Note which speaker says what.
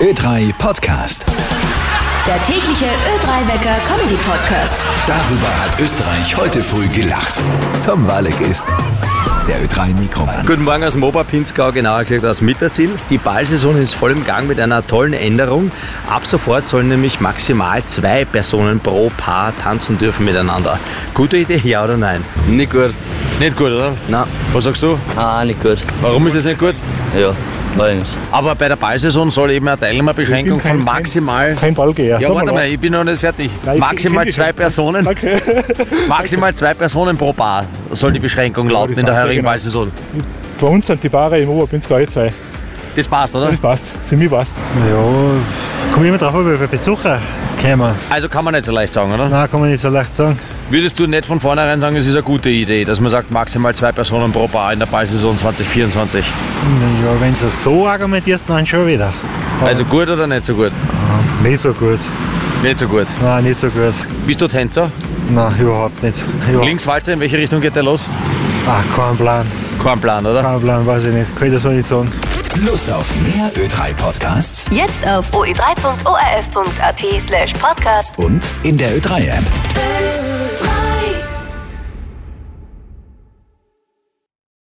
Speaker 1: Ö3 Podcast.
Speaker 2: Der tägliche Ö3-Wecker Comedy Podcast.
Speaker 1: Darüber hat Österreich heute früh gelacht. Tom Walek ist der Ö3 Mikroman.
Speaker 3: Guten Morgen aus dem Oberpinzgau, genauer gesagt aus Mittersil. Die Ballsaison ist voll im Gang mit einer tollen Änderung. Ab sofort sollen nämlich maximal zwei Personen pro Paar tanzen dürfen miteinander. Gute Idee, ja oder nein?
Speaker 4: Nicht gut.
Speaker 3: Nicht gut, oder?
Speaker 4: Nein.
Speaker 3: Was sagst du?
Speaker 4: Ah, nicht gut.
Speaker 3: Warum ist das nicht gut?
Speaker 4: Ja, weiß nicht.
Speaker 3: Aber bei der Ballsaison soll eben eine Teilnehmerbeschränkung
Speaker 5: Ich bin kein-
Speaker 3: von maximal...
Speaker 5: Kein Ballgeher.
Speaker 3: Ja,
Speaker 5: Schau
Speaker 3: warte
Speaker 5: an.
Speaker 3: mal, ich bin noch nicht fertig.
Speaker 5: Nein, ich-
Speaker 3: Maximal
Speaker 5: ich- ich-
Speaker 3: zwei Personen,
Speaker 5: Okay.
Speaker 3: maximal zwei Personen pro Paar soll die Beschränkung lauten in der
Speaker 5: passt ja
Speaker 3: heurigen
Speaker 5: genau.
Speaker 3: Ballsaison.
Speaker 5: Bei uns sind die Paare im Oberpinzgau eh zwei.
Speaker 3: Das passt, oder?
Speaker 5: Das passt. Für mich passt.
Speaker 6: Ja, kommt immer drauf, an, wie viele Besucher kommen.
Speaker 3: Also kann man nicht so leicht sagen, oder?
Speaker 6: Nein, kann man nicht so leicht sagen.
Speaker 3: Würdest du nicht von vornherein sagen, es ist eine gute Idee, dass man sagt, maximal zwei Personen pro Paar in der Ballsaison 2024?
Speaker 6: Ja, wenn du es so argumentierst, dann schon wieder.
Speaker 3: Also gut oder nicht so gut?
Speaker 6: Nicht so gut.
Speaker 3: Nicht so gut.
Speaker 6: Nein, nicht so gut.
Speaker 3: Bist du Tänzer?
Speaker 6: Nein, überhaupt nicht. Überhaupt.
Speaker 3: Linkswalzer, in welche Richtung geht der los?
Speaker 6: Ah, kein Plan.
Speaker 3: Kein Plan, oder?
Speaker 6: Kein Plan, weiß ich nicht. Kann ich dir so nicht sagen.
Speaker 1: Lust auf mehr Ö3 Podcasts
Speaker 2: Jetzt auf oe3.orf.at slash podcast.
Speaker 1: und in der Ö3 App.
Speaker 2: Ö3.